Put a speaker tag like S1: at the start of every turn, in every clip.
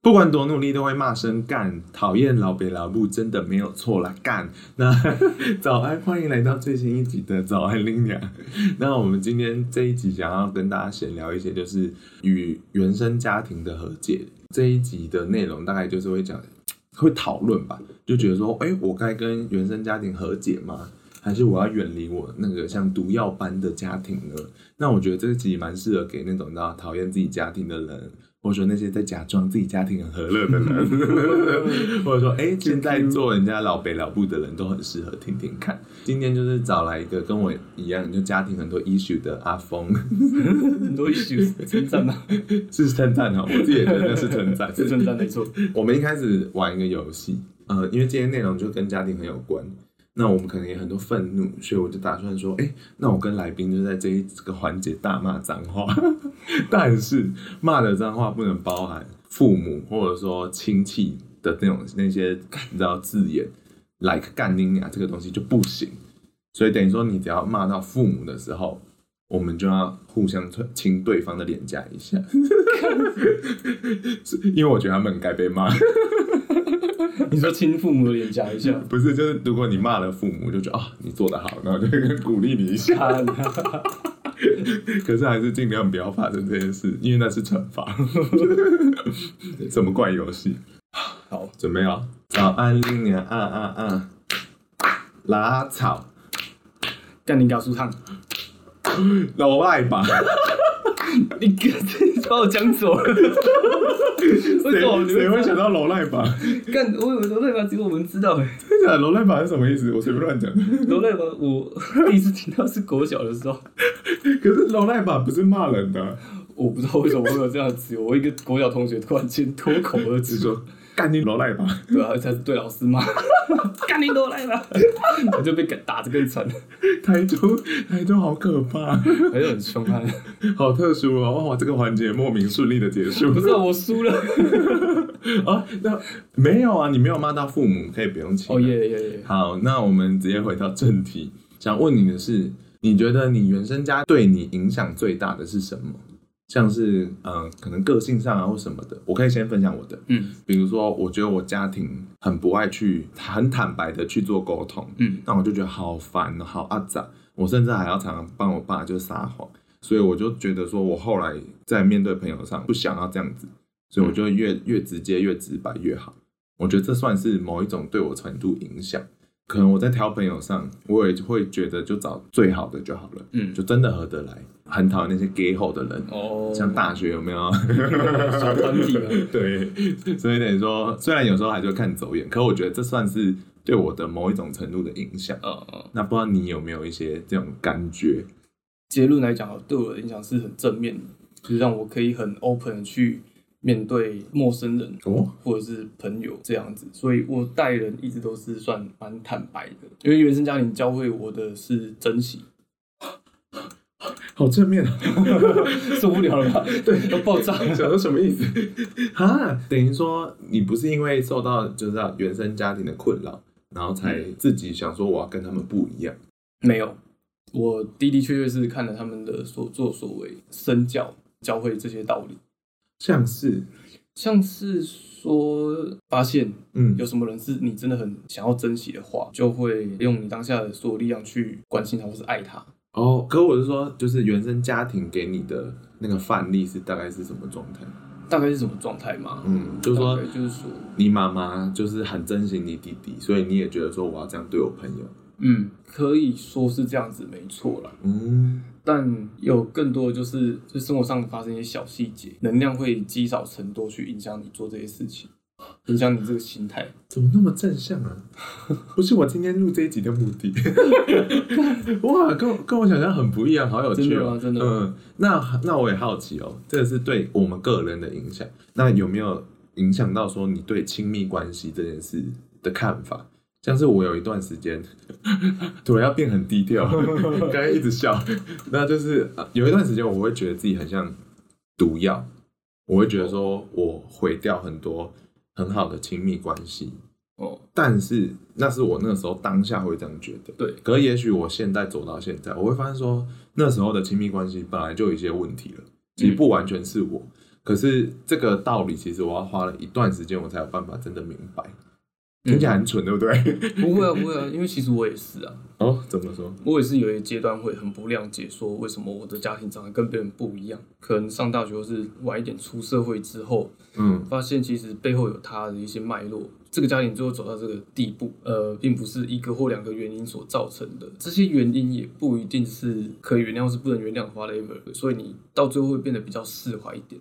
S1: 不管多努力都会骂声干，讨厌老北老布真的没有错啦干。那早安，欢迎来到最新一集的啊早安林娘。那我们今天这一集想要跟大家闲聊一些，就是与原生家庭的和解。这一集的内容大概就是会讲，会讨论吧，就觉得说，哎、我该跟原生家庭和解吗？还是我要远离我那个像毒药般的家庭呢？那我觉得这集蛮适合给那种你知道讨厌自己家庭的人，或者说那些在假装自己家庭很和乐的人， 或者说哎、诶现在做人家老北老布的人都很适合听听看。今天就是找来一个跟我一样就家庭很多 issue 的阿峰，
S2: 很多 issues 称赞吗？
S1: 是称赞哦，我自己也觉得是称赞，
S2: 是称赞没错。
S1: 我们一开始玩一个游戏，呃，因为今天内容就跟家庭很有关，那我们可能也很多愤怒，所以我就打算说，哎、那我跟来宾就在这一个环节大骂脏话， 但是骂的脏话不能包含父母或者说亲戚的那种那些你知道字眼，like 干你娘这个东西就不行，所以等于说你只要骂到父母的时候。我们就要互相推亲对方的脸颊一下， 是因为我觉得他们很该被骂。
S2: 你说亲父母的脸颊一下，
S1: 不是，就是如果你骂了父母，就觉得啊、你做得好，然后就鼓励你一 下。
S2: 看，
S1: 可是还是尽量不要发生这件事，因为那是惩 罚。什么怪游戏？
S2: 好，啊
S1: 准备哦！早安，林娘，啊啊啊！拉草，
S2: 干你搞苏烫，
S1: 老外吧？
S2: 你个把我讲走了，为
S1: 谁
S2: 什么你
S1: 谁会想
S2: 知道
S1: 到楼赖吧？
S2: 干？我以为罗赖吧，只有我们知道哎，
S1: 真的楼赖吧是什么意思？我随便乱讲的。
S2: 罗赖吧，我第一次听到是国小的时候，
S1: 可是楼赖吧不是骂人的、啊
S2: 我不知道为什么会有这样的词，我一个国小同学突然间脱口而
S1: 是
S2: 出，
S1: 说干你楼赖吧？
S2: 对啊，才对老师骂，干你罗赖吧，我就被干打得更惨，
S1: 台中台中好可怕，
S2: 还是很凶悍。
S1: 好特殊哦！哇，这个环节莫名顺利的结束。
S2: 不是啊我输了，
S1: 啊，那没有啊，你没有骂到父母，可以不用请。啊
S2: 哦耶耶耶，
S1: 好，那我们直接回到正题，想问你的是，你觉得你原生家对你影响最大的是什么？像是嗯、呃可能个性上啊或什么的，我可以先分享我的。
S2: 嗯
S1: 比如说，我觉得我家庭很不爱去，很坦白的去做沟通，
S2: 嗯，
S1: 那我就觉得好烦，哦好阿杂，我甚至还要常常帮我爸就撒谎，所以我就觉得说，我后来在面对朋友上不想要这样子，所以我就越越直接、越直白越好。我觉得这算是某一种对我程度影响。可能我在挑朋友上，我也会觉得就找最好的就好了，
S2: 嗯
S1: 就真的合得来。很讨厌那些 gay 后的人，
S2: 哦，
S1: 像大学有没有？
S2: 小团体啊嘛，
S1: 对，所以等于说，虽然有时候还是会看走眼，可我觉得这算是对我的某一种程度的影响。
S2: 呃呃，
S1: 那不知道你有没有一些这种感觉？
S2: 结论来讲，对我的影响是很正面的，就是让我可以很 open 地去面对陌生人
S1: 哦，
S2: 或者是朋友这样子，所以我待人一直都是算蛮坦白的，因为原生家庭教会我的是珍惜，
S1: 好正面 啊！
S2: 受不了了吧？ 对，要爆炸了。
S1: 想说什么意思？ 哈，等于说你不是因为受到就是啊原生家庭的困扰，然后才自己想说我要跟他们不一样。
S2: 没有，我的的确确是看了他们的所作所为，身教教会这些道理，
S1: 像是，
S2: 像是说发现
S1: 嗯，
S2: 有什么人是你真的很想要珍惜的话，就会用你当下的所有力量去关心他或是爱他。
S1: 哦，可我是说，就是原生家庭给你的那个范例是大概是什么状态？
S2: 大概是什么状态嘛？
S1: 嗯，就是
S2: 大
S1: 说
S2: 概就是说，
S1: 你妈妈就是很珍惜你弟弟，所以你也觉得说我要这样对我朋友。
S2: 嗯，可以说是这样子，没错啦。
S1: 嗯，
S2: 但有更多的就是，就生活上发生一些小细节，能量会积少成多去影响你做这些事情，影响你这个心态。
S1: 怎么那么正向 啊？不是我今天录这一集的目的。哇，跟我跟我想象很不一样，好有趣哦！
S2: 真的吗真的
S1: 嗯，那那我也好奇哦，这个是对我们个人的影响，那有没有影响到说你对亲密关系这件事的看法？像是我有一段时间， 突然要变很低 调，刚才一直笑，那就是呃有一段时间我会觉得自己很像毒药，我会觉得说我毁掉很多很好的亲密关系，
S2: 哦，
S1: 但是那是我那时候当下会这样觉得。
S2: 对，
S1: 可是也许我现在走到现在，我会发现说那时候的亲密关系本来就有一些问题了，其实不完全是我。可是这个道理，其实我要花了一段时间，我才有办法真的明白。
S2: 嗯
S1: 听起来很蠢，对不对？
S2: 不会啊，不会啊，因为其实我也是啊，
S1: 哦，怎么说？
S2: 我也是有一阶段会很不谅解，说为什么我的家庭长得跟别人不一样。可能上大学或是晚一点出社会之后，
S1: 嗯
S2: 发现其实背后有他的一些脉络。这个家庭最后走到这个地步，呃，并不是一个或两个原因所造成的，这些原因也不一定是可以原谅或是不能原谅，whatever。所以你到最后会变得比较释怀一点。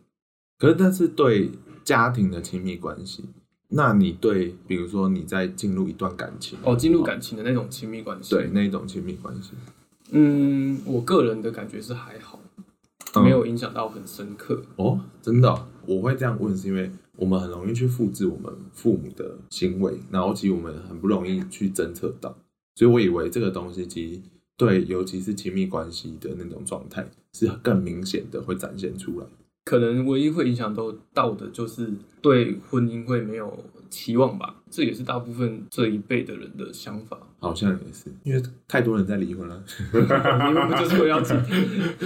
S1: 可是那是对家庭的亲密关系。那你对，比如说你在进入一段感情
S2: 哦，进入感情的那种亲密关系，
S1: 对，那一种亲密关系，
S2: 嗯，我个人的感觉是还好，
S1: 嗯
S2: 没有影响到很深刻。
S1: 哦，真的哦、我会这样问是因为我们很容易去复制我们父母的行为，然后其实我们很不容易去侦测到，所以我以为这个东西其实对，尤其是亲密关系的那种状态是更明显的会展现出来。
S2: 可能唯一会影响到到的就是对婚姻会没有期望吧，这也是大部分这一辈的人的想法。
S1: 好像也是，因为太多人在离婚了，
S2: 你们不就是为了要 结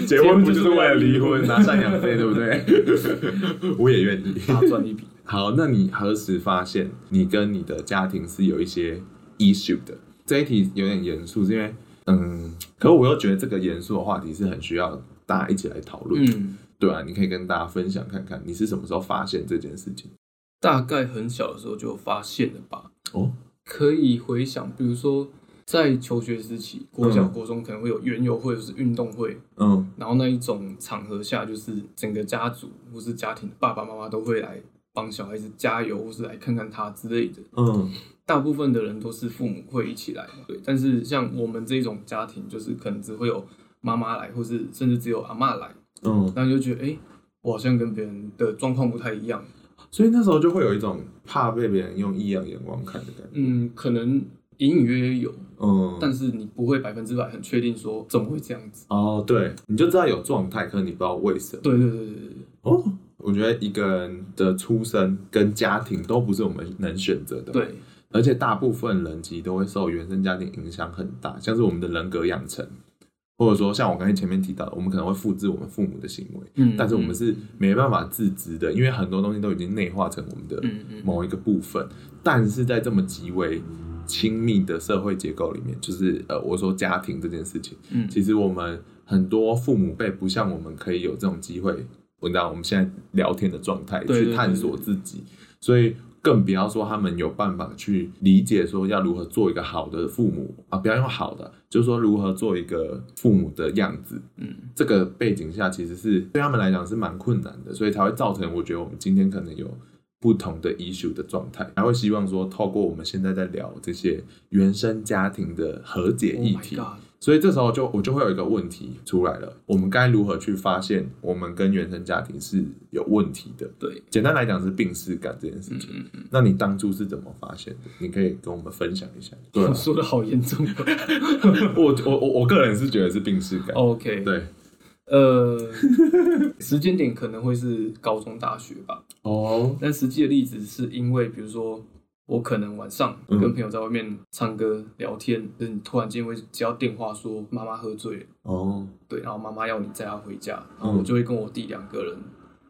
S1: 结
S2: 婚不就是为了 离婚
S1: 拿赡养费，对不对？ 我也愿意。
S2: 大赚一笔？
S1: 好，那你何时发现你跟你的家庭是有一些 issue 的？这一题有点严肃，是因为嗯，可我又觉得这个严肃的话题是很需要大家一起来讨论，
S2: 嗯，
S1: 对啊，你可以跟大家分享看看你是什么时候发现这件事情
S2: 大概很小的时候就发现了吧。
S1: 哦，
S2: 可以回想，比如说在求学时期，国小、
S1: 嗯
S2: 国中可能会有园游会或是运动会，
S1: 嗯
S2: 然后那一种场合下，就是整个家族或是家庭的爸爸妈妈都会来帮小孩子加油，或是来看看他之类的。
S1: 嗯
S2: 大部分的人都是父母会一起来嘛，对。但是像我们这种家庭，就是可能只会有妈妈来，或是甚至只有阿嬷来，
S1: 嗯，
S2: 那你就觉得，哎、我好像跟别人的状况不太一样。
S1: 所以那时候就会有一种怕被别人用异样眼光看的感觉，
S2: 嗯，可能隐隐约约有，
S1: 嗯，
S2: 但是你不会百分之百很确定说怎么会这样子。
S1: 哦，对，你就知道有状态，可是你不知道为什么。
S2: 对对对对对对，
S1: 哦，我觉得一个人的出身跟家庭都不是我们能选择的。，
S2: 对，
S1: 而且大部分人其实都会受原生家庭影响很大，像是我们的人格养成，或者说像我刚才前面提到的，我们可能会复制我们父母的行为，
S2: 嗯
S1: 但是我们是没办法自知的，因为很多东西都已经内化成我们的
S2: 嗯嗯
S1: 某一个部分。但是在这么极为亲密的社会结构里面，就是呃，我说家庭这件事情，
S2: 嗯
S1: 其实我们很多父母辈不像我们可以有这种机会，我知道我们现在聊天的状态
S2: 对对
S1: 去探索自己，所以更不要说他们有办法去理解说要如何做一个好的父母啊，不要用好的，就是说如何做一个父母的样子。
S2: 嗯，
S1: 这个背景下，其实是对他们来讲是蛮困难的，所以才会造成我觉得我们今天可能有不同的 issue 的状态，还会希望说透过我们现在在聊这些原生家庭的和解
S2: Oh
S1: 议
S2: my
S1: 题
S2: god，
S1: 所以这时候就我就会有一个问题出来了，我们该如何去发现我们跟原生家庭是有问题的？
S2: 对，
S1: 简单来讲是病视感这件事情。
S2: 嗯嗯
S1: 那你当初是怎么发现的？你可以跟我们分享 一下。对、啊
S2: 嗯，说的好严重。
S1: 我我我我个人是觉得是病视感。
S2: OK，
S1: 对，
S2: 呃，时间点可能会是高中、大学吧。
S1: 哦，
S2: 但实际的例子是因为，比如说我可能晚上
S1: 嗯
S2: 跟朋友在外面唱歌聊天，就是你突然间会接到电话说妈妈喝醉了，
S1: 哦，
S2: 对，然后妈妈要你载她回家，然
S1: 嗯
S2: 后我就会跟我弟两个人，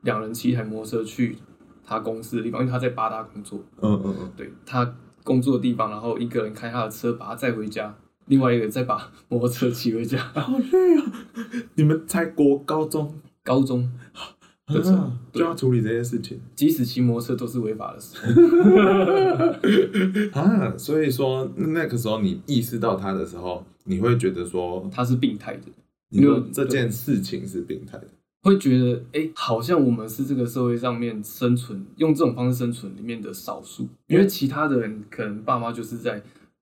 S2: 两人骑一台摩托车去他公司的地方，因为他在八大工作，
S1: 嗯嗯嗯，
S2: 对他工作的地方，然后一个人开他的车把他载回家，另外一个人再把 摩托车骑回家。
S1: 好累啊、 你们才国高中
S2: 高中对
S1: 啊
S2: 对
S1: 就要处理这些事情
S2: 即使骑摩托车都是违法的事。
S1: 啊，所以说那个时候你意识到他的时候，你会觉得说，
S2: 他是病态的，
S1: 你说
S2: 因为
S1: 这件事情是病态的。
S2: 会觉得哎、诶好像我们是这个社会上面生存用这种方式生存里面的少数，因为其他的人可能爸妈就是在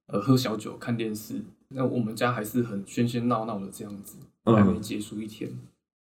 S2: 呃喝小酒、看电视，那我们家还是很喧喧闹闹的这样子，还没
S1: 嗯，
S2: 结束一天。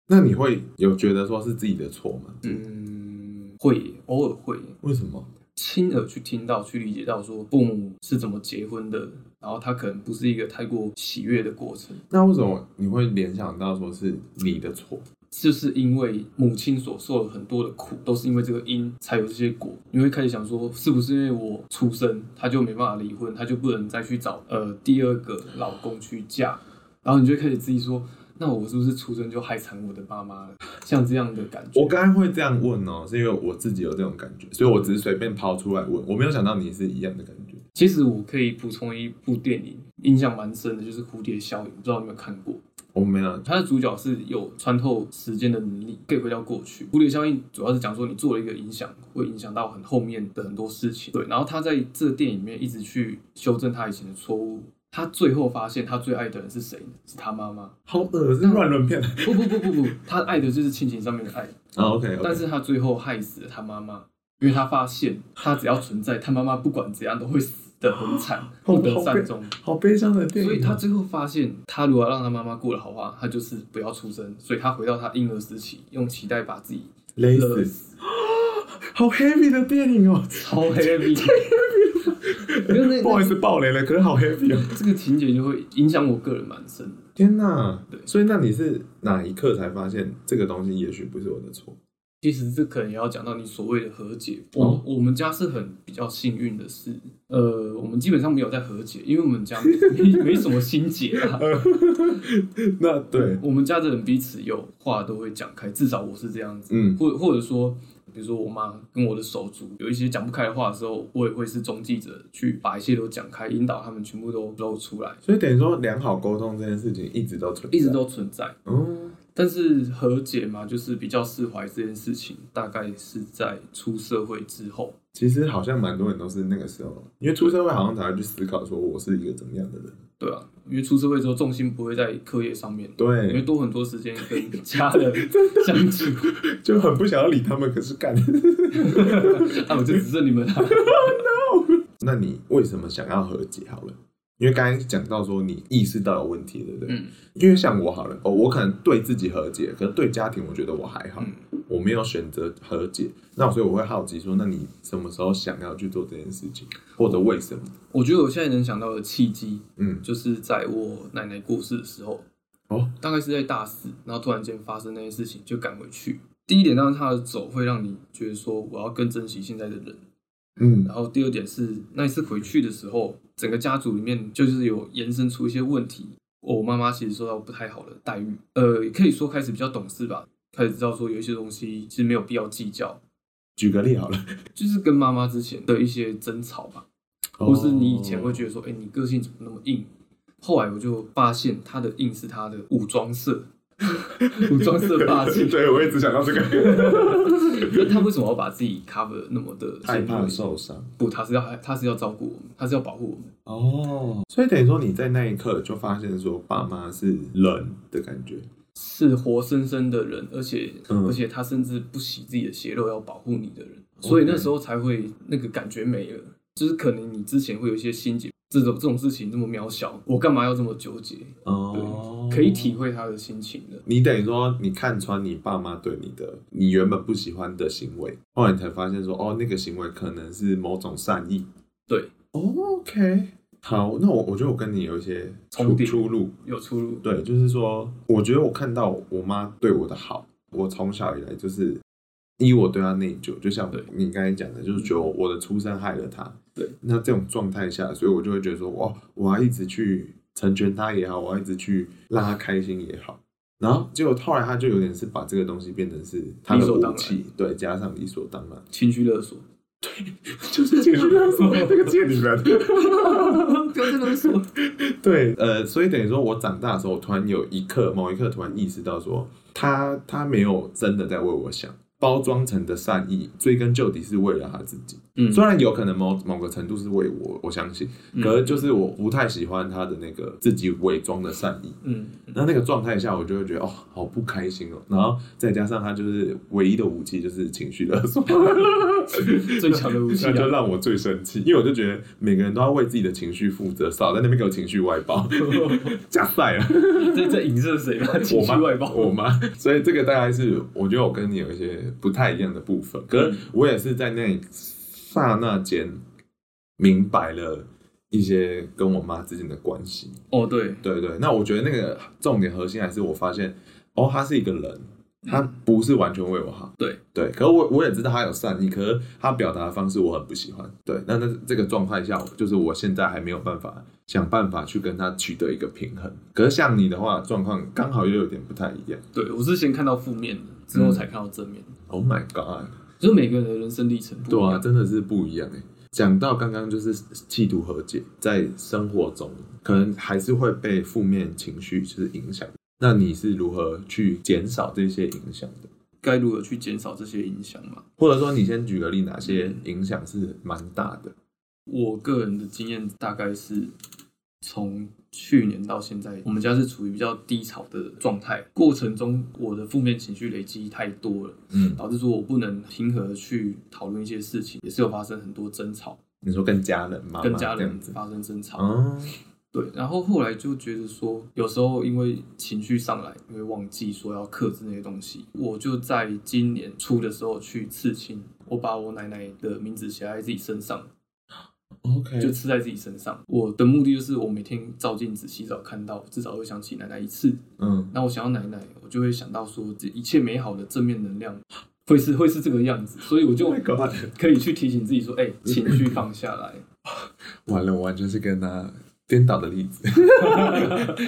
S1: 那你会有觉得说是自己的错吗？
S2: 嗯，会耶偶尔会耶
S1: 为什么？
S2: 亲耳去听到、去理解到说父母是怎么结婚的，然后他可能不是一个太过喜悦的过程，
S1: 那为什么你会联想到说是你的错？
S2: 就是因为母亲所受了很多的苦，都是因为这个因才有这些果。你会开始想说，是不是因为我出生，她就没办法离婚，她就不能再去找呃第二个老公去嫁，然后你就会开始自己说，那我是不是出生就害惨我的爸妈了？像这样的感觉，
S1: 我刚刚会这样问哦、是因为我自己有这种感觉，所以我只是随便抛出来问，我没有想到你是一样的感觉。
S2: 其实我可以补充一部电影，印象蛮深的，就是《蝴蝶效应》，不知道你有没有看过？
S1: 我没有，
S2: 它的主角是有穿透时间的能力，可以回到过去。蝴蝶效应主要是讲说你做了一个影响，会影响到很后面的很多事情。对，然后他在这个电影里面一直去修正他以前的错误。他最后发现他最爱的人是谁呢？是他妈妈。
S1: 好恶心，乱伦片啊
S2: 不不不不不，他爱的就是亲情上面的爱。
S1: ！OK，
S2: 但是他最后害死了他妈妈，因为他发现他只要存在，他妈妈不管怎样都会死得很惨，
S1: 好
S2: 不得善终。
S1: 好悲伤的电影哦、
S2: 所以他最后发现，他如果要让他妈妈过得好的话，他就是不要出生。所以他回到他婴儿时期，用脐带把自己
S1: 勒死，
S2: 勒死，
S1: 好 heavy 的电影哦、
S2: 超 heavy。因为
S1: 不好意
S2: 那
S1: 思，爆雷了，可是好 heavy 哦、
S2: 这个情节就会影响我个人蛮深的。
S1: 天哪
S2: 对！
S1: 所以那你是哪一刻才发现这个东西也许不是我的错？
S2: 其实这可能也要讲到你所谓的和解。我、
S1: 哦
S2: 我们家是很比较幸运的是，呃，我们基本上没有在和解，因为我们家没没 没什么心结啊。
S1: 那对，
S2: 我们家的人彼此有话都会讲开，至少我是这样子。
S1: 嗯，
S2: 或或者说，比如说我妈跟我的手足有一些讲不开的话的时候，我也会是中继者去把一切都讲开，引导他们全部都露出来，
S1: 所以等于说良好沟通这件事情一直都存在，
S2: 一直都存在。
S1: 嗯，
S2: 但是和解嘛，就是比较释怀这件事情，大概是在出社会之后。
S1: 其实好像蛮多人都是那个时候，因为出社会好像才会去思考说我是一个怎么样的人。
S2: 对啊，因为出社会之后重心不会在课业上面，因为
S1: 对，
S2: 多很多时间跟家人相处，
S1: 就很不想要理他们，可是干。
S2: 那啊我就只剩你们了、
S1: 那你为什么想要和解？好了，因为刚才讲到说你意识到有问题，对不对？
S2: 嗯
S1: 因为像我好了，哦，我可能对自己和解，可是对家庭我觉得我还好，
S2: 嗯，
S1: 我没有选择和解。那所以我会好奇说，那你什么时候想要去做这件事情，或者为什么？
S2: 我觉得我现在能想到的契机，
S1: 嗯，
S2: 就是在我奶奶过世的时候，
S1: 哦，
S2: 大概是在大四，然后突然间发生那些事情，就赶回去。第一点，当然他的走会让你觉得说我要更珍惜现在的人。
S1: 嗯
S2: 然后第二点是那一次回去的时候，整个家族里面就是有延伸出一些问题。我妈妈其实受到不太好的待遇，呃，可以说开始比较懂事吧，开始知道说有一些东西其实没有必要计较，
S1: 举个例好了，。
S2: 就是跟妈妈之前的一些争吵吧。或是你以前会觉得说，哎、你个性怎么那么硬？后来我就发现他的硬是他的武装色， 武装色霸气
S1: 哦 对我也只想到这个，
S2: 那他为什么要把自己 cover 得那么的
S1: 害怕
S2: 深
S1: 受
S2: 入
S1: 伤。
S2: 不，他是要他是要照顾我们，他是要保护我们。
S1: 哦，所以等于说你在那一刻就发现说爸妈是人的感觉，
S2: 是活生生的人，而且、
S1: 嗯哦
S2: 而且他甚至不惜自己的血肉要保护你的人，所以那时候才会那个感觉没了。就是可能你之前会有一些心结，这种这种事情这么渺小，我干嘛要这么纠结？
S1: 哦
S2: 可以体会他的心情的。
S1: 你等于说，你看穿你爸妈对你的，你原本不喜欢的行为，后来你才发现说，哦，那个行为可能是某种善意。
S2: 对
S1: 哦，OK，好，那我我觉得我跟你有一些出
S2: 重叠
S1: 出入，
S2: 有出入，
S1: 对，就是说，我觉得我看到我妈对我的好，我从小以来就是，一我对她内疚，就像
S2: 对
S1: 你刚才讲的，就是觉得我的出身害了她。
S2: 对，
S1: 那这种状态下，所以我就会觉得说，哇，我要一直去成全她也好，我要一直去让她开心也好。然后结果后来她就有点是把这个东西变成是她
S2: 理
S1: 的
S2: 所当
S1: 武
S2: 然
S1: 器，对，加上理所当然，
S2: 情绪勒索，
S1: 就是情绪勒索，这个贱女人。
S2: 不要再勒索。
S1: 对，呃，所以等于说，我长大的时候，我突然有一刻，某一刻突然意识到说，他他没有真的在为我想，包装成的善意，追根究底是为了他自己。
S2: 嗯
S1: 虽然有可能某某个程度是为我，我相信，可是就是我不太喜欢他的那个自己伪装的善意。
S2: 嗯，
S1: 那那个状态下，我就会觉得哦，好不开心哦。然后再加上他就是唯一的武器就是情绪勒索，
S2: 最强的武器
S1: 那就
S2: 啊！
S1: 让我最生气，因为我就觉得每个人都要为自己的情绪负责，少在那边给我情绪外 包，假赛啊！
S2: 在在影射谁吧？情
S1: 我
S2: 绪
S1: 妈
S2: 外爆。
S1: 我妈，所以这个大概是我觉得我跟你有一些不太一样的部分，可
S2: 嗯
S1: 是我也是在那一刹那间明白了一些跟我妈之间的关系。
S2: 哦，对，
S1: 对对，那我觉得那个重点核心还是我发现，哦，他是一个人，他不是完全为我好，
S2: 对
S1: 对，可我我也知道他有善意，可是他表达的方式我很不喜欢。对，那那这个状态下，就是我现在还没有办法想办法去跟他取得一个平衡。可是像你的话，状况刚好又有点不太一样。
S2: 对我是先看到负面的，之后才看到正面的，
S1: Oh my god！
S2: 嗯就是每个人的人生历程不一
S1: 对啊，
S2: 样。
S1: 真的是不一样哎。讲到刚刚就是企图和解，在生活中可能还是会被负面情绪就是影响。那你是如何去减少这些影响的？
S2: 该如何去减少这些影响嘛？
S1: 或者说，你先举个例，哪些影响是蛮大的？
S2: 我个人的经验大概是从去年到现在，我们家是处于比较低潮的状态，过程中我的负面情绪累积太多了，
S1: 嗯，
S2: 导致说我不能平和地去讨论一些事情，也是有发生很多争吵，
S1: 你说跟家人吗？
S2: 跟家
S1: 这样
S2: 人
S1: 子。
S2: 发生争吵。
S1: 哦，
S2: 对，然后后来就觉得说，有时候因为情绪上来，你会忘记说要克制那些东西。我就在今年初的时候去刺青，我把我奶奶的名字写在自己身上，
S1: OK，
S2: 就刺在自己身上。我的目的就是，我每天照镜子、洗澡看到，至少会想起奶奶一次。
S1: 嗯，
S2: 那我想到奶奶，我就会想到说，这一切美好的正面能量会是会是这个样子，所以我就
S1: Oh my God
S2: 可以去提醒自己说，哎、情绪放下来。
S1: 完了，我完全是跟他颠倒的例子。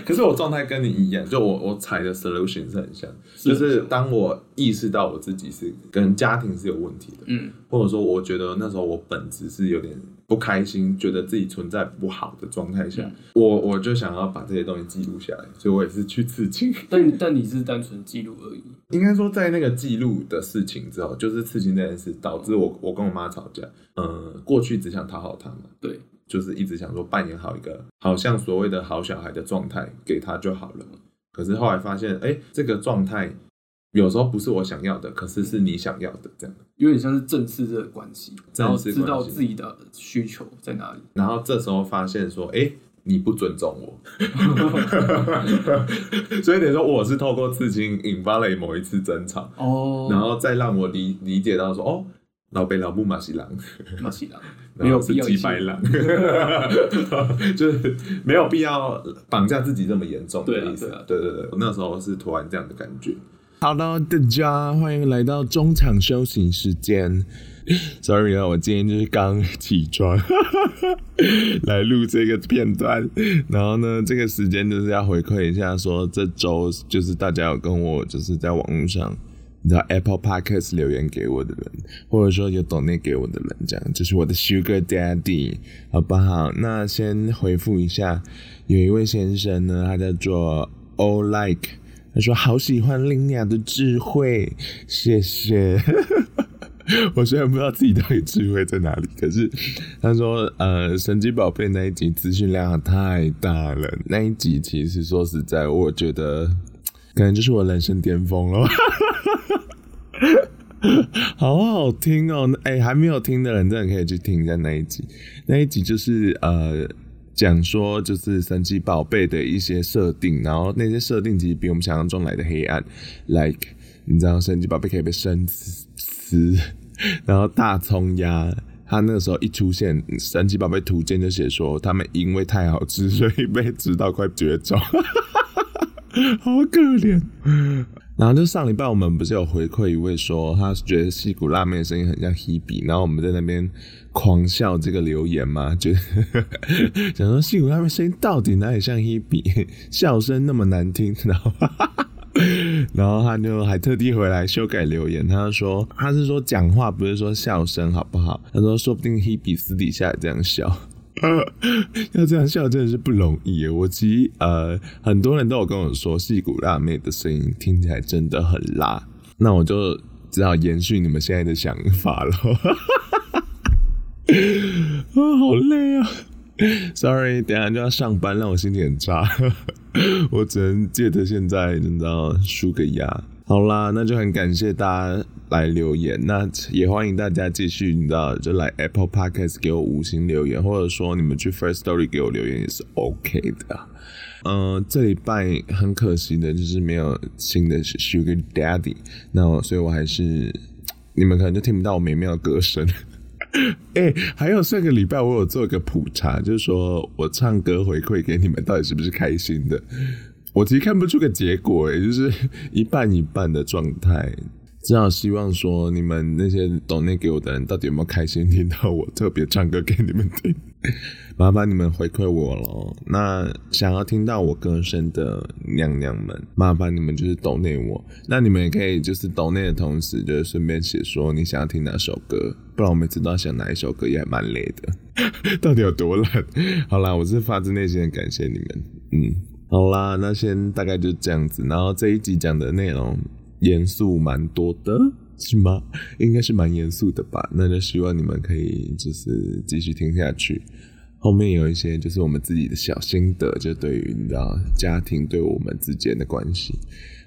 S1: 可是我状态跟你一样，就我我采的 solution 是很像，就是当我意识到我自己是跟家庭是有问题的，
S2: 嗯，
S1: 或者说我觉得那时候我本质是有点不开心，觉得自己存在不好的状态下，
S2: 嗯
S1: 我我就想要把这些东西记录下来，所以我也是去刺青。
S2: 但但你是单纯记录而已。
S1: 应该说，在那个记录的事情之后，就是刺青这件事导致我我跟我妈吵架。嗯，过去只想讨好她嘛，
S2: 对，
S1: 就是一直想说扮演好一个好像所谓的好小孩的状态给她就好了。可是后来发现，哎、这个状态有时候不是我想要的，可是是你想要的这样。
S2: 有点像是正视这个关系，然后
S1: 正视
S2: 知道
S1: 关系
S2: 自己的需求在哪里。
S1: 然后这时候发现说，哎、你不尊重我， 所以等于说我是透过刺青引发了某一次争吵，然
S2: 哦，
S1: 后再让我理理解到说，哦，老北老木马西郎。
S2: 马西拉
S1: 然
S2: 没有
S1: 后是
S2: 必要一
S1: 几
S2: 起
S1: 白狼，就是没有必要绑架自己这么严重
S2: 对啊
S1: 的意思。
S2: 对啊
S1: 对对对，我那时候是突然这样的感觉。Hello，大家欢迎来到中场休息时间。Sorry 啊，我今天就是刚起床， 来录这个片段。然后呢，这个时间就是要回馈一下，说这周就是大家有跟我就是在网络上。你知道 Apple Podcast 留言给我的人，或者说有 donate 给我的人，这样就是我的 Sugar Daddy，好不好？那先回复一下，有一位先生呢，他叫做 O Like，他说好喜欢 Lina 的智慧，谢谢。 我虽然不知道自己到底智慧在哪里，可是他说，呃，神奇宝贝那一集资讯量太大了，那一集其实说实在，我觉得可能就是我人生巅峰了。 好好听哦！哎、还没有听的人真的可以去听一下那一集。那一集就是呃，讲说就是神奇宝贝的一些设定，然后那些设定其实比我们想象中来的黑暗。Like 你知道神奇宝贝可以被生吃，吃 然后大葱鸭，它那个时候一出现，神奇宝贝图鉴就写说他们因为太好吃，所以被吃到快绝种。 好可怜。然后就上礼拜我们不是有回馈一位说，他觉得戏骨辣妹的声音很像 Hebe，然后我们在那边狂笑这个留言嘛， 觉得想说戏骨辣妹声音到底哪里像 Hebe，笑声那么难听，然后 然后他就还特地回来修改留言，他就说他是说讲话不是说笑声好不好？他说说不定 Hebe 私底下也这样笑。 要这样笑真的是不容易耶。我其实呃，很多人都有跟我说，戏骨辣妹的声音听起来真的很辣。那我就只好延续你们现在的想法了。啊，好累 啊！Sorry，等一下就要上班，让我心情很差。 我只能借着现在，你知道，输个牙。好啦，那就很感谢大家来留言，那也欢迎大家继续，你知道，就来 Apple Podcast 给我五星留言，或者说你们去 First Story 给我留言也是 OK 的。嗯、这礼拜很可惜的就是没有新的 Sugar Daddy，那我所以我还是你们可能就听不到我美妙的歌声。 哎、还有上个礼拜我有做一个普查，就是说我唱歌回馈给你们到底是不是开心的。我其实看不出个结果、欸，哎，就是一半一半的状态。只好希望说你们那些懂内给我的人，到底有没有开心听到我特别唱歌给你们听？ 麻烦你们回馈我喽。那想要听到我歌声的娘娘们，麻烦你们就是抖内我。那你们也可以就是抖内的同时，就是顺便写说你想要听哪首歌，不然我每次都要想哪一首歌也还蛮累的。 到底有多烂？好啦，我是发自内心的感谢你们。嗯，好啦，那先大概就这样子。然后这一集讲的内容严肃蛮多的。是吗？应该是蛮严肃的吧。那就希望你们可以就是继续听下去。后面有一些就是我们自己的小心得，就对于你知道家庭对我们之间的关系。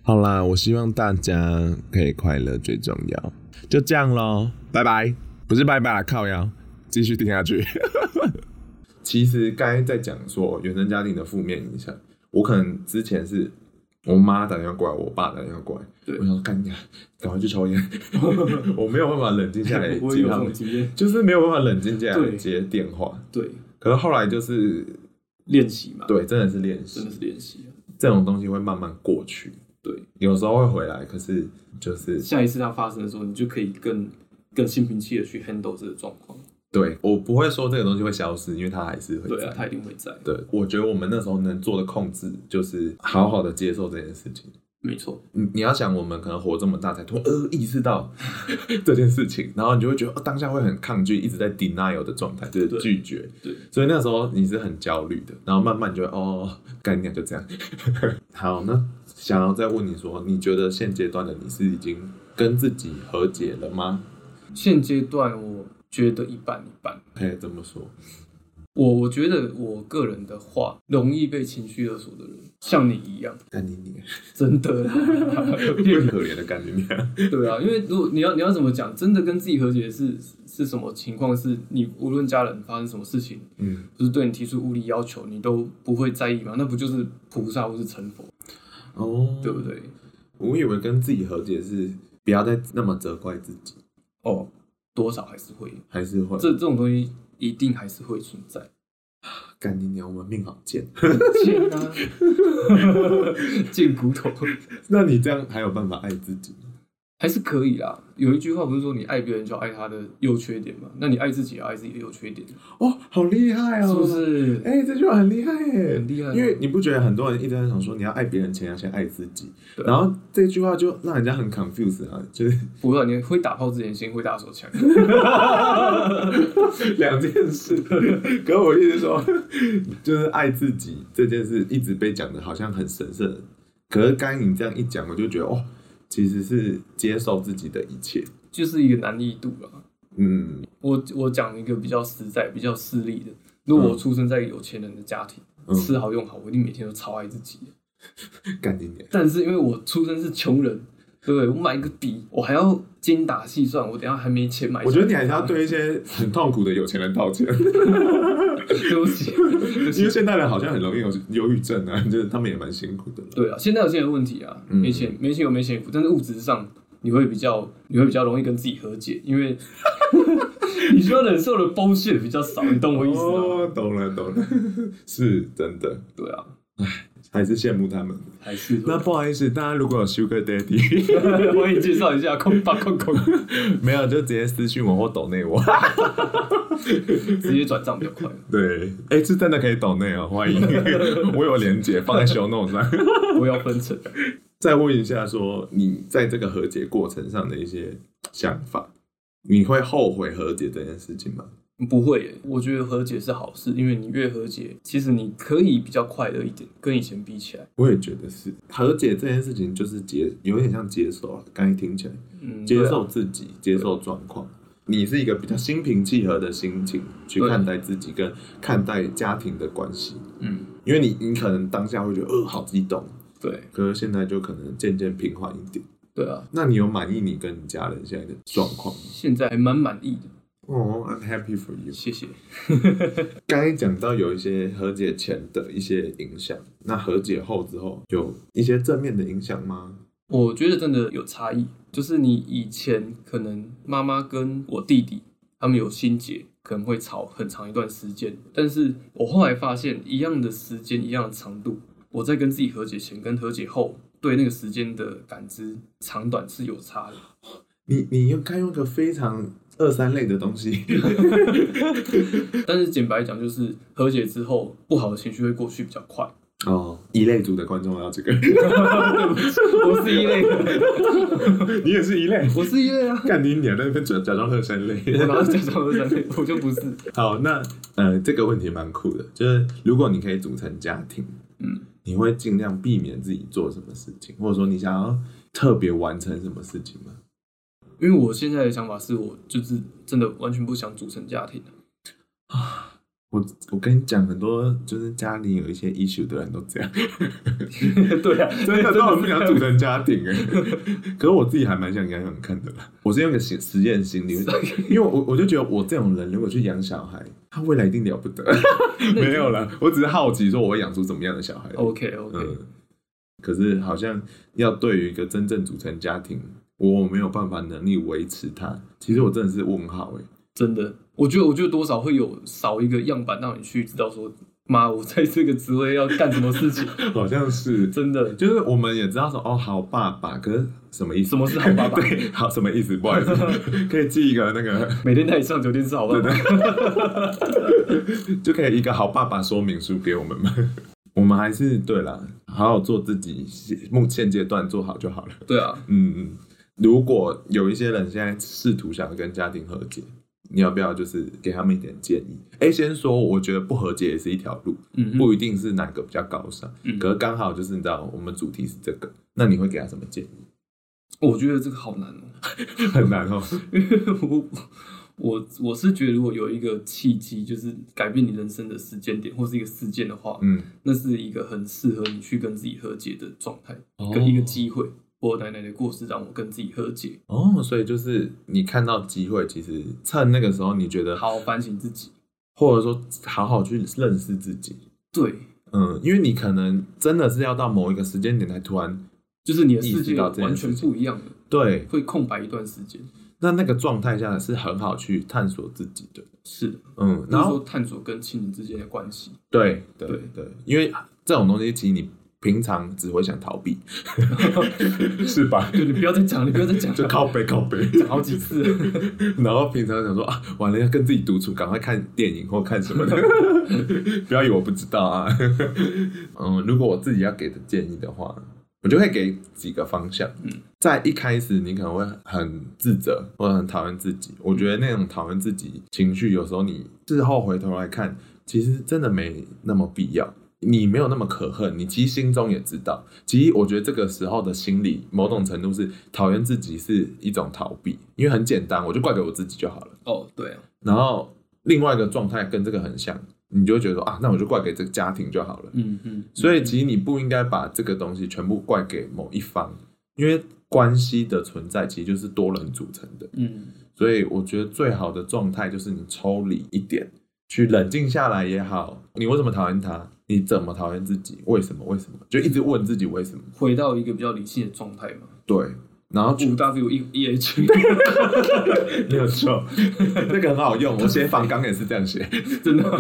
S1: 好啦，我希望大家可以快乐最重要。就这样喽，拜拜。不是拜拜啦，靠腰，继续听下去。 其实刚才在讲说原生家庭的负面影响，我可能之前是我妈打电话过来，我爸打电话过来，
S2: 对
S1: 我想说干你啊，赶快去抽 烟，我没有办法冷静下来
S2: 我
S1: 接
S2: 也有这
S1: 他
S2: 种
S1: 们，
S2: 经验。
S1: 就是没有办法冷静下来
S2: 对
S1: 接电话。
S2: 对，
S1: 可是后来就是
S2: 练习嘛，，
S1: 对，真的是练
S2: 真
S1: 习
S2: 的，是练习啊。
S1: 这种东西会慢慢过去，
S2: 对，
S1: 有时候会回来，可是就是
S2: 下一次它发生的时候，你就可以更更心平气和去 handle 这个状况。
S1: 对我不会说这个东西会消失，因为它还是会
S2: 对
S1: 在
S2: 啊，。它一定会在，
S1: 对，我觉得我们那时候能做的控制就是好好的接受这件事情。
S2: 没错，
S1: 你你要想，我们可能活这么大才突然呃意识 到这件事情，然后你就会觉得、哦、当下会很抗拒，一直在 denial 的状态，就是
S2: 对
S1: 拒绝。
S2: 对，
S1: 所以那时候你是很焦虑的，然后慢慢你就会哦，干掉就这样。 好，那想要再问你说，你觉得现阶段的你是已经跟自己和解了吗？
S2: 现阶段我觉得一半一半。
S1: 可以这么说，
S2: 我我觉得我个人的话，容易被情绪勒索的人，像你一样，
S1: 干你你，
S2: 真的 啦
S1: 变可怜的感觉你。
S2: 对啊，因为如果你要你要怎么讲，真的跟自己和解是是什么情况？是你无论家人发生什么事情，
S1: 嗯，
S2: 就是对你提出无理要求，你都不会在意吗？那不就是菩萨或是成佛，
S1: 哦，
S2: 对不？对？
S1: 我以为跟自己和解是不要再那么责怪自己，
S2: 哦，多少还是会有，
S1: 还是会
S2: 这这种东西一定还是会存在。
S1: 干你娘，我们命好贱。
S2: 贱啊，贱骨头，
S1: 那你这样还有办法爱自己吗？
S2: 还是可以啦。有一句话不是说你爱别人就要爱他的优缺点吗？那你爱自己也要爱自己的优缺点，
S1: 哦，好厉害哦！
S2: 是不？是？
S1: 哎、这句话很厉害耶，
S2: 很厉害啊
S1: 因为你不觉得很多人一直在想说，你要爱别人前要先爱自己，
S2: 对啊
S1: 然后这句话就让人家很 confused 啊，就是
S2: 不知道你会打炮之前先会打手枪，
S1: 两件事。可是我一直说，就是爱自己这件事一直被讲的好像很神圣，可是刚才你这样一讲，我就觉得哦，其实是接受自己的一切。
S2: 就是一个难易度啊啦。
S1: 嗯，
S2: 我我讲一个比较实在、比较势利的。如果我出生在有钱人的家庭，
S1: 嗯
S2: 吃好用好，我一定每天都超爱自己。
S1: 干你娘！
S2: 但是因为我出身是穷人，对不对？我买一个笔，我还要精打细算，我等一下还没钱买。
S1: 我觉得你还是要对一些很痛苦的有钱人道歉，
S2: 对不起，对不
S1: 因为
S2: 起。
S1: 现代人好像很容易有忧郁症啊，就是他们也蛮辛苦的。
S2: 对啊，现在有现在的问题
S1: 嗯
S2: 啊，没钱没钱有没钱福，但是物质上你会比较你会比较容易跟自己和解，因为你需要忍受的剥削比较少，你懂我意思吗？
S1: 哦，懂了懂了，是真的，
S2: 对啊，
S1: 还是羡慕他们。
S2: 还是
S1: 那不好意思，大家如果有 Sugar Daddy，
S2: 我也介绍一下，空吧空空，
S1: 没有就直接私信我或抖内我。
S2: 直接转账比较快。
S1: 对，哎、是真的可以抖内哦，欢迎。 我有连接放在 show note 上。
S2: 我要分啊成，
S1: 再问一下说你在这个和解过程上的一些想法，你会后悔和解这件事情吗？
S2: 不会耶。我觉得和解是好事，因为你越和解，其实你可以比较快乐一点，跟以前比起来，
S1: 我也觉得是，和解这件事情就是接，有点像接受啊。刚才听起来，
S2: 嗯，
S1: 接
S2: 对啊
S1: 受自己，接受状况。你是一个比较心平气和的心情去
S2: 对
S1: 看待自己跟看待家庭的关系，
S2: 嗯，
S1: 因为你你可能当下会觉得呃好激动，
S2: 对啊
S1: 可是现在就可能渐渐平缓一点。
S2: 对啊，
S1: 那你有满意你跟你家人现在的状况吗？
S2: 现在还蛮满意的，
S1: 哦、i m happy for you。
S2: 谢 谢。
S1: 刚才讲到有一些和解前的一些影响，那和解后之后有一些正面的影响吗？
S2: 我觉得真的有差异，就是你以前可能妈妈跟我弟弟他们有心结，可能会吵很长一段时间，但是我后来发现，一样的时间，一样的长度，我在跟自己和解前跟和解后对那个时间的感知长短是有差的。
S1: 你你用该用个非常二三类的东西，
S2: 但是简白讲，就是和解之后，不好的情绪会过去比较快。
S1: 哦， 一类组的观众要这个，
S2: 对不起我是一类的，
S1: 你也是一类，
S2: 我是一类啊。
S1: 干你娘！在那边假假装二三类，
S2: 我哪有假装是三类？我就不是。
S1: 好，那呃，这个问题蛮酷的，就是如果你可以组成家庭，
S2: 嗯，
S1: 你会尽量避免自己做什么事情，或者说你想要特别完成什么事情吗？
S2: 因为我现在的想法是我就是真的完全不想组成家庭了
S1: 我我跟你讲，很多就是家里有一些 issue 的人都这样，
S2: 对啊，
S1: 真的都很不
S2: 是这样
S1: 想组成家庭 哎。可是我自己还蛮想养养看的啦，我是用个实实验心理，因为我我就觉得我这种人如果去养小孩，他未来一定了 不得。没有啦，我只是好奇说我会养出怎么样的小孩。
S2: OK OK，
S1: 嗯，可是好像要对于一个真正组成家庭，我没有办法能力维持它。其实我真的是问号哎、
S2: 真的，我觉得我觉得多少会有少一个样板让你去知道说，妈，我在这个职位要干什么事情，
S1: 好像是，
S2: 真的。
S1: 就是我们也知道说哦，好爸爸，可是什么意思？
S2: 什么是好爸 爸
S1: 对，好什么意思？不 好意思，可以记一个那个，
S2: 每天带你上酒店吃好不好？
S1: 就可以一个好爸爸说明书给我们吗？ 我们还是对啦，好好做自己，目现阶段做好就好了。
S2: 对啊，
S1: 嗯，嗯，如果有一些人现在试图想要跟家庭和解，你要不要就是给他们一点建议？哎，先说，我觉得不和解也是一条路，
S2: 嗯哼
S1: 不一定是哪个比较高尚，
S2: 嗯
S1: 可是刚好就是你知道我们主题是这个，那你会给他什么建议？
S2: 我觉得这个好难哦、
S1: 很难哦，
S2: 因为 我我我是觉得如果有一个契机，就是改变你人生的时间点或是一个事件的话，
S1: 嗯，
S2: 那是一个很适合你去跟自己和解的状态，
S1: 哦
S2: 跟一个机会。我奶奶的故事让我跟自己和解，
S1: 哦，所以就是你看到机会，其实趁那个时候，你觉得，
S2: 好好反省自己。
S1: 或者说好好去认识自己，
S2: 对，
S1: 嗯，因为你可能真的是要到某一个时间点才突然
S2: 就是你的
S1: 意
S2: 世
S1: 识
S2: 界
S1: 到这件
S2: 完全
S1: 事
S2: 不一样的，
S1: 对
S2: 会空白一段时间。
S1: 那那个状态下是很好去探索自己的，
S2: 是的，
S1: 嗯，然
S2: 然
S1: 后
S2: 后探索跟亲人之间的关系，
S1: 对对
S2: 对
S1: 对，因为这种东西其实你平常只会想逃 避，是吧？
S2: 对你不要再讲，你不要再讲，
S1: 就靠背靠背，
S2: 讲好几次了。
S1: 然后平常想说啊，完了要跟自己独处，赶快看电影或看什么的， 不要以为我不知道啊。 嗯，如果我自己要给的建议的话，我就会给几个方向。嗯，在一开始你可能会很自责或者很讨厌自己，我觉得那种讨厌自己情绪，有时候你事后回头来看，其实真的没那么必要。你没有那么可恨，你其实心中也知道。其实我觉得这个时候的心理，某种程度是讨厌自己是一种逃避，因为很简单，我就怪给我自己就好了。
S2: 哦，对啊，
S1: 然后另外一个状态跟这个很像，你就会觉得说啊，那我就怪给这个家庭就好了。
S2: 嗯嗯，
S1: 所以其实你不应该把这个东西全部怪给某一方，因为关系的存在其实就是多人组成的。
S2: 嗯，
S1: 所以我觉得最好的状态就是你抽离一点，去冷静下来也好。你为什么讨厌他？你怎么讨厌自己？为什么？为什么？就一直问自己为什么？
S2: 回到一个比较理性的状态嘛。
S1: 对，然后去
S2: 五 W E E H，
S1: 没有错， 那个很好用。我写仿纲也是这样写，
S2: 真的吗，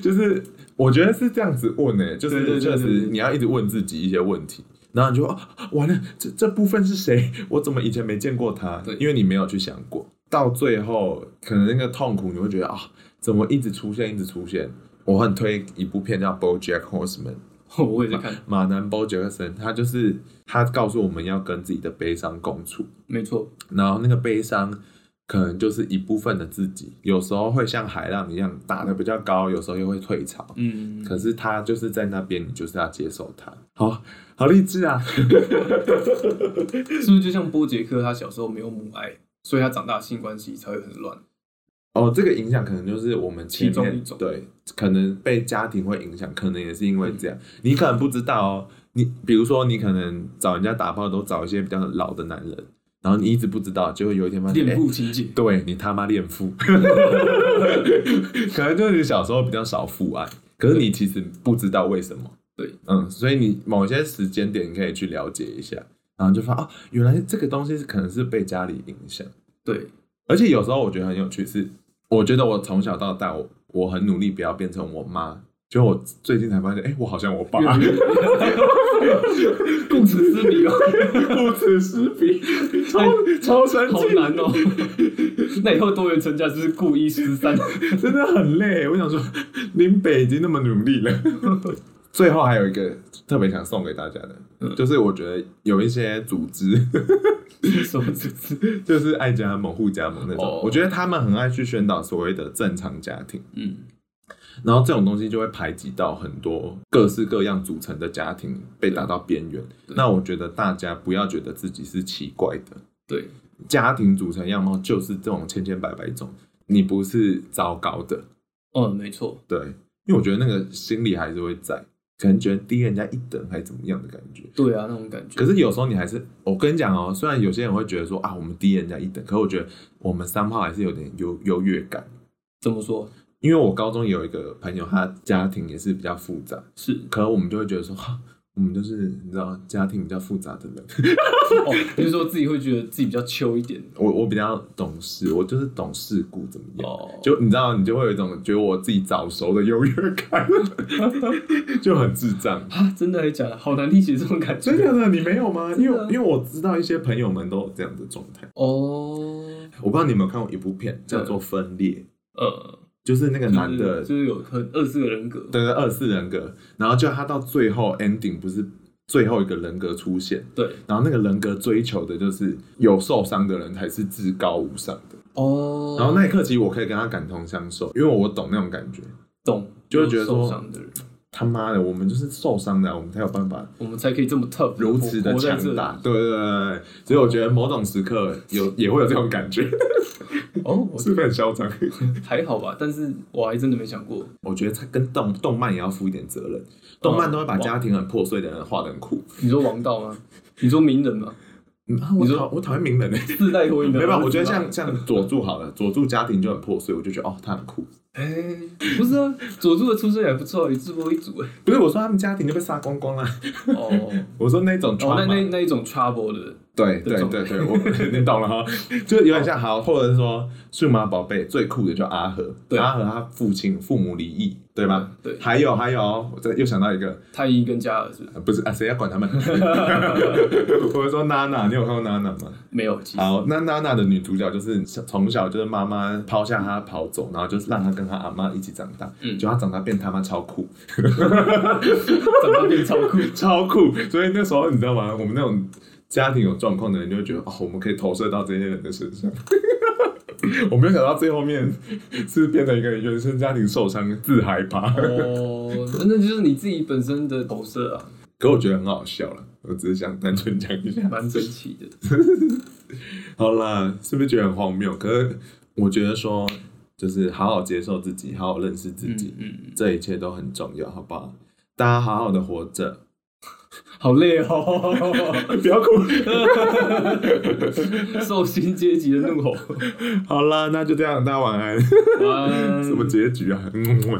S1: 就是我觉得是这样子问呢、就
S2: 对
S1: 是
S2: 对对
S1: 确
S2: 对
S1: 实
S2: 对
S1: 你要一直问自己一些问题，然后你就哦完了，这这部分是谁？ 我怎么以前没见过他
S2: 对？
S1: 因为你没有去想过，到最后可能那个痛苦你会觉得啊、怎么一直出现，一直出现。我很推一部片叫《BoJack Horseman》，
S2: 我也在看，
S1: 马南 BoJack s o n 他就是他告诉我们要跟自己的悲伤共处，
S2: 没错，
S1: 然后那个悲伤可能就是一部分的自己，有时候会像海浪一样打得比较高，有时候又会退潮。
S2: 嗯，
S1: 可是他就是在那边，你就是要接受他。好好励志啊！
S2: 是不是就像波杰克他小时候没有母爱，所以他长大性关系才会很乱？
S1: 哦，这个影响可能就是我们前
S2: 其中
S1: 面
S2: 一种
S1: 对，可能被家庭会影响，可能也是因为这样。
S2: 嗯
S1: 你可能不知道哦，你比如说你可能找人家打炮都找一些比较老的男人，然后你一直不知道，结果有一天发现，
S2: 恋
S1: 哎
S2: 父情节，
S1: 对你他妈恋父，可能就是你小时候比较少父爱，可是你其实不知道为什么。
S2: 对，
S1: 嗯，所以你某些时间点你可以去了解一下，然后就发哦，原来这个东西是可能是被家里影响，
S2: 对，
S1: 而且有时候我觉得很有趣是，我觉得我从小到大我我很努力不要变成我妈就我最近才发现，哎、我好像我爸，
S2: 顾此失彼哦，
S1: 顾此失彼，超超生
S2: 好
S1: 气，
S2: 难哦。 那以后多元成家就是故一失三，
S1: 真的很累。我想说， 林北已经那么努力了。最后还有一个特别想送给大家的，就是我觉得有一些组织，
S2: 什么组织？
S1: 就是爱家盟、护家盟那种，
S2: 哦
S1: 我觉得他们很爱去宣导所谓的正常家庭，
S2: 嗯，
S1: 然后这种东西就会排挤到很多各式各样组成的家庭被打到边缘。
S2: 对
S1: 那我觉得大家不要觉得自己是奇怪的，
S2: 对，
S1: 家庭组成样貌就是这种千千百百种，你不是糟糕的，
S2: 嗯，没错，
S1: 对，因为我觉得那个心理还是会在，可能觉得低人家一等还是怎么样的感觉。
S2: 对啊，那种感觉
S1: 可。是有时候你还是，我跟你讲哦，虽然有些人会觉得说啊，我们低人家一等，可是我觉得我们三炮还是有点优优越感。
S2: 怎么说？
S1: 因为我高中有一个朋友，他家庭也是比较复杂，
S2: 是
S1: 可能我们就会觉得说，哈，我们就是你知道家庭比较复杂的人。
S2: 哦，就是说自己会觉得自己比较秋一点
S1: 我我比较懂事，我就是懂事故怎么样？
S2: 哦，
S1: 就你知道，你就会有一种觉得我自己早熟的优越感， 就很智障。
S2: 啊，真的还假的？好难理解这种感觉
S1: 真的的，你没有吗？因为
S2: 真的啊
S1: 因为我知道一些朋友们都有这样的状态。
S2: 哦。
S1: 我不知道你有没有看过一部片叫做《分裂》，
S2: 呃，
S1: 就是那个
S2: 就是
S1: 男的
S2: 就是有很二四个人格，
S1: 嗯对对二四人格，然后就他到最后 ending 不是最后一个人格出现，
S2: 对
S1: 然后那个人格追求的就是有受伤的人才是至高无上的。
S2: 哦，
S1: 然后那一刻，其实我可以跟他感同身受，因为我懂那种感觉。
S2: 懂
S1: 就会觉得说
S2: 受伤的人，
S1: 他妈的，我们就是受伤的啊、我们才有办法
S2: 我们才可以这么 tough，
S1: 如此的
S2: 活在
S1: 强
S2: 这里
S1: 大。对对对对对，所以我觉得某种时刻有也会有这种感觉，
S2: 哦，我
S1: 是不是很嚣张？
S2: 还好吧，但是我还真的没想过，
S1: 我觉得它跟动动漫也要负一点责任，动漫都会把
S2: 嗯
S1: 家庭很破碎的人画的很酷。
S2: 你说王道 吗？你说名人吗？
S1: 嗯啊，我
S2: 你说
S1: 讨我讨厌名人呢、欸，
S2: 自带婚姻
S1: 没
S2: 的，
S1: 办法，我觉得像像佐助好了，佐助家庭就很破碎，我就觉得哦他很酷。
S2: 哎、不是啊，佐助的出身也不错，以智波一族哎，
S1: 不是我说他们家庭就被杀光光了，
S2: 哦，
S1: 我说那种
S2: 哦，那
S1: 穿嘛，
S2: 那那一种 trouble 的，
S1: 对对
S2: 那种
S1: 对对，我你懂了哈，就有点像好，或者是说数码宝贝最酷的就阿和，
S2: 对嗯
S1: 阿和他父亲父母离异，对吧？
S2: 对
S1: 还有还有哦，我这又想到一个，
S2: 太一跟加尔是不是
S1: 呃不是啊，谁要管他们？ 我是说娜娜，你有看过娜娜吗？
S2: 没有，其实
S1: 好，嗯那娜娜的女主角就是从小就是妈妈抛下她跑走，然后就是让她跟她阿妈一起长大，
S2: 嗯
S1: 就她长大变他妈超酷，
S2: 长大变超酷，
S1: 超酷。所以那时候你知道吗？我们那种家庭有状况的人就会觉得哦，我们可以投射到这些人的身上。 我没有想到最后面是变成一个原生家庭受伤自害吧，
S2: 哦，那就是你自己本身的投射啊，
S1: 可我觉得很好笑了。我只是想单纯讲一下，
S2: 蛮神奇的，
S1: 好啦，是不是觉得很荒谬？可是我觉得说，就是好好接受自己，好好认识自己
S2: 嗯，嗯，
S1: 这一切都很重要，好不好？大家好好的活着，
S2: 好累哦，
S1: 不要哭。
S2: 受薪阶级的怒吼， 啊
S1: 好啦，那就这样，大家晚安。
S2: 晚安
S1: 什么结局啊？嗯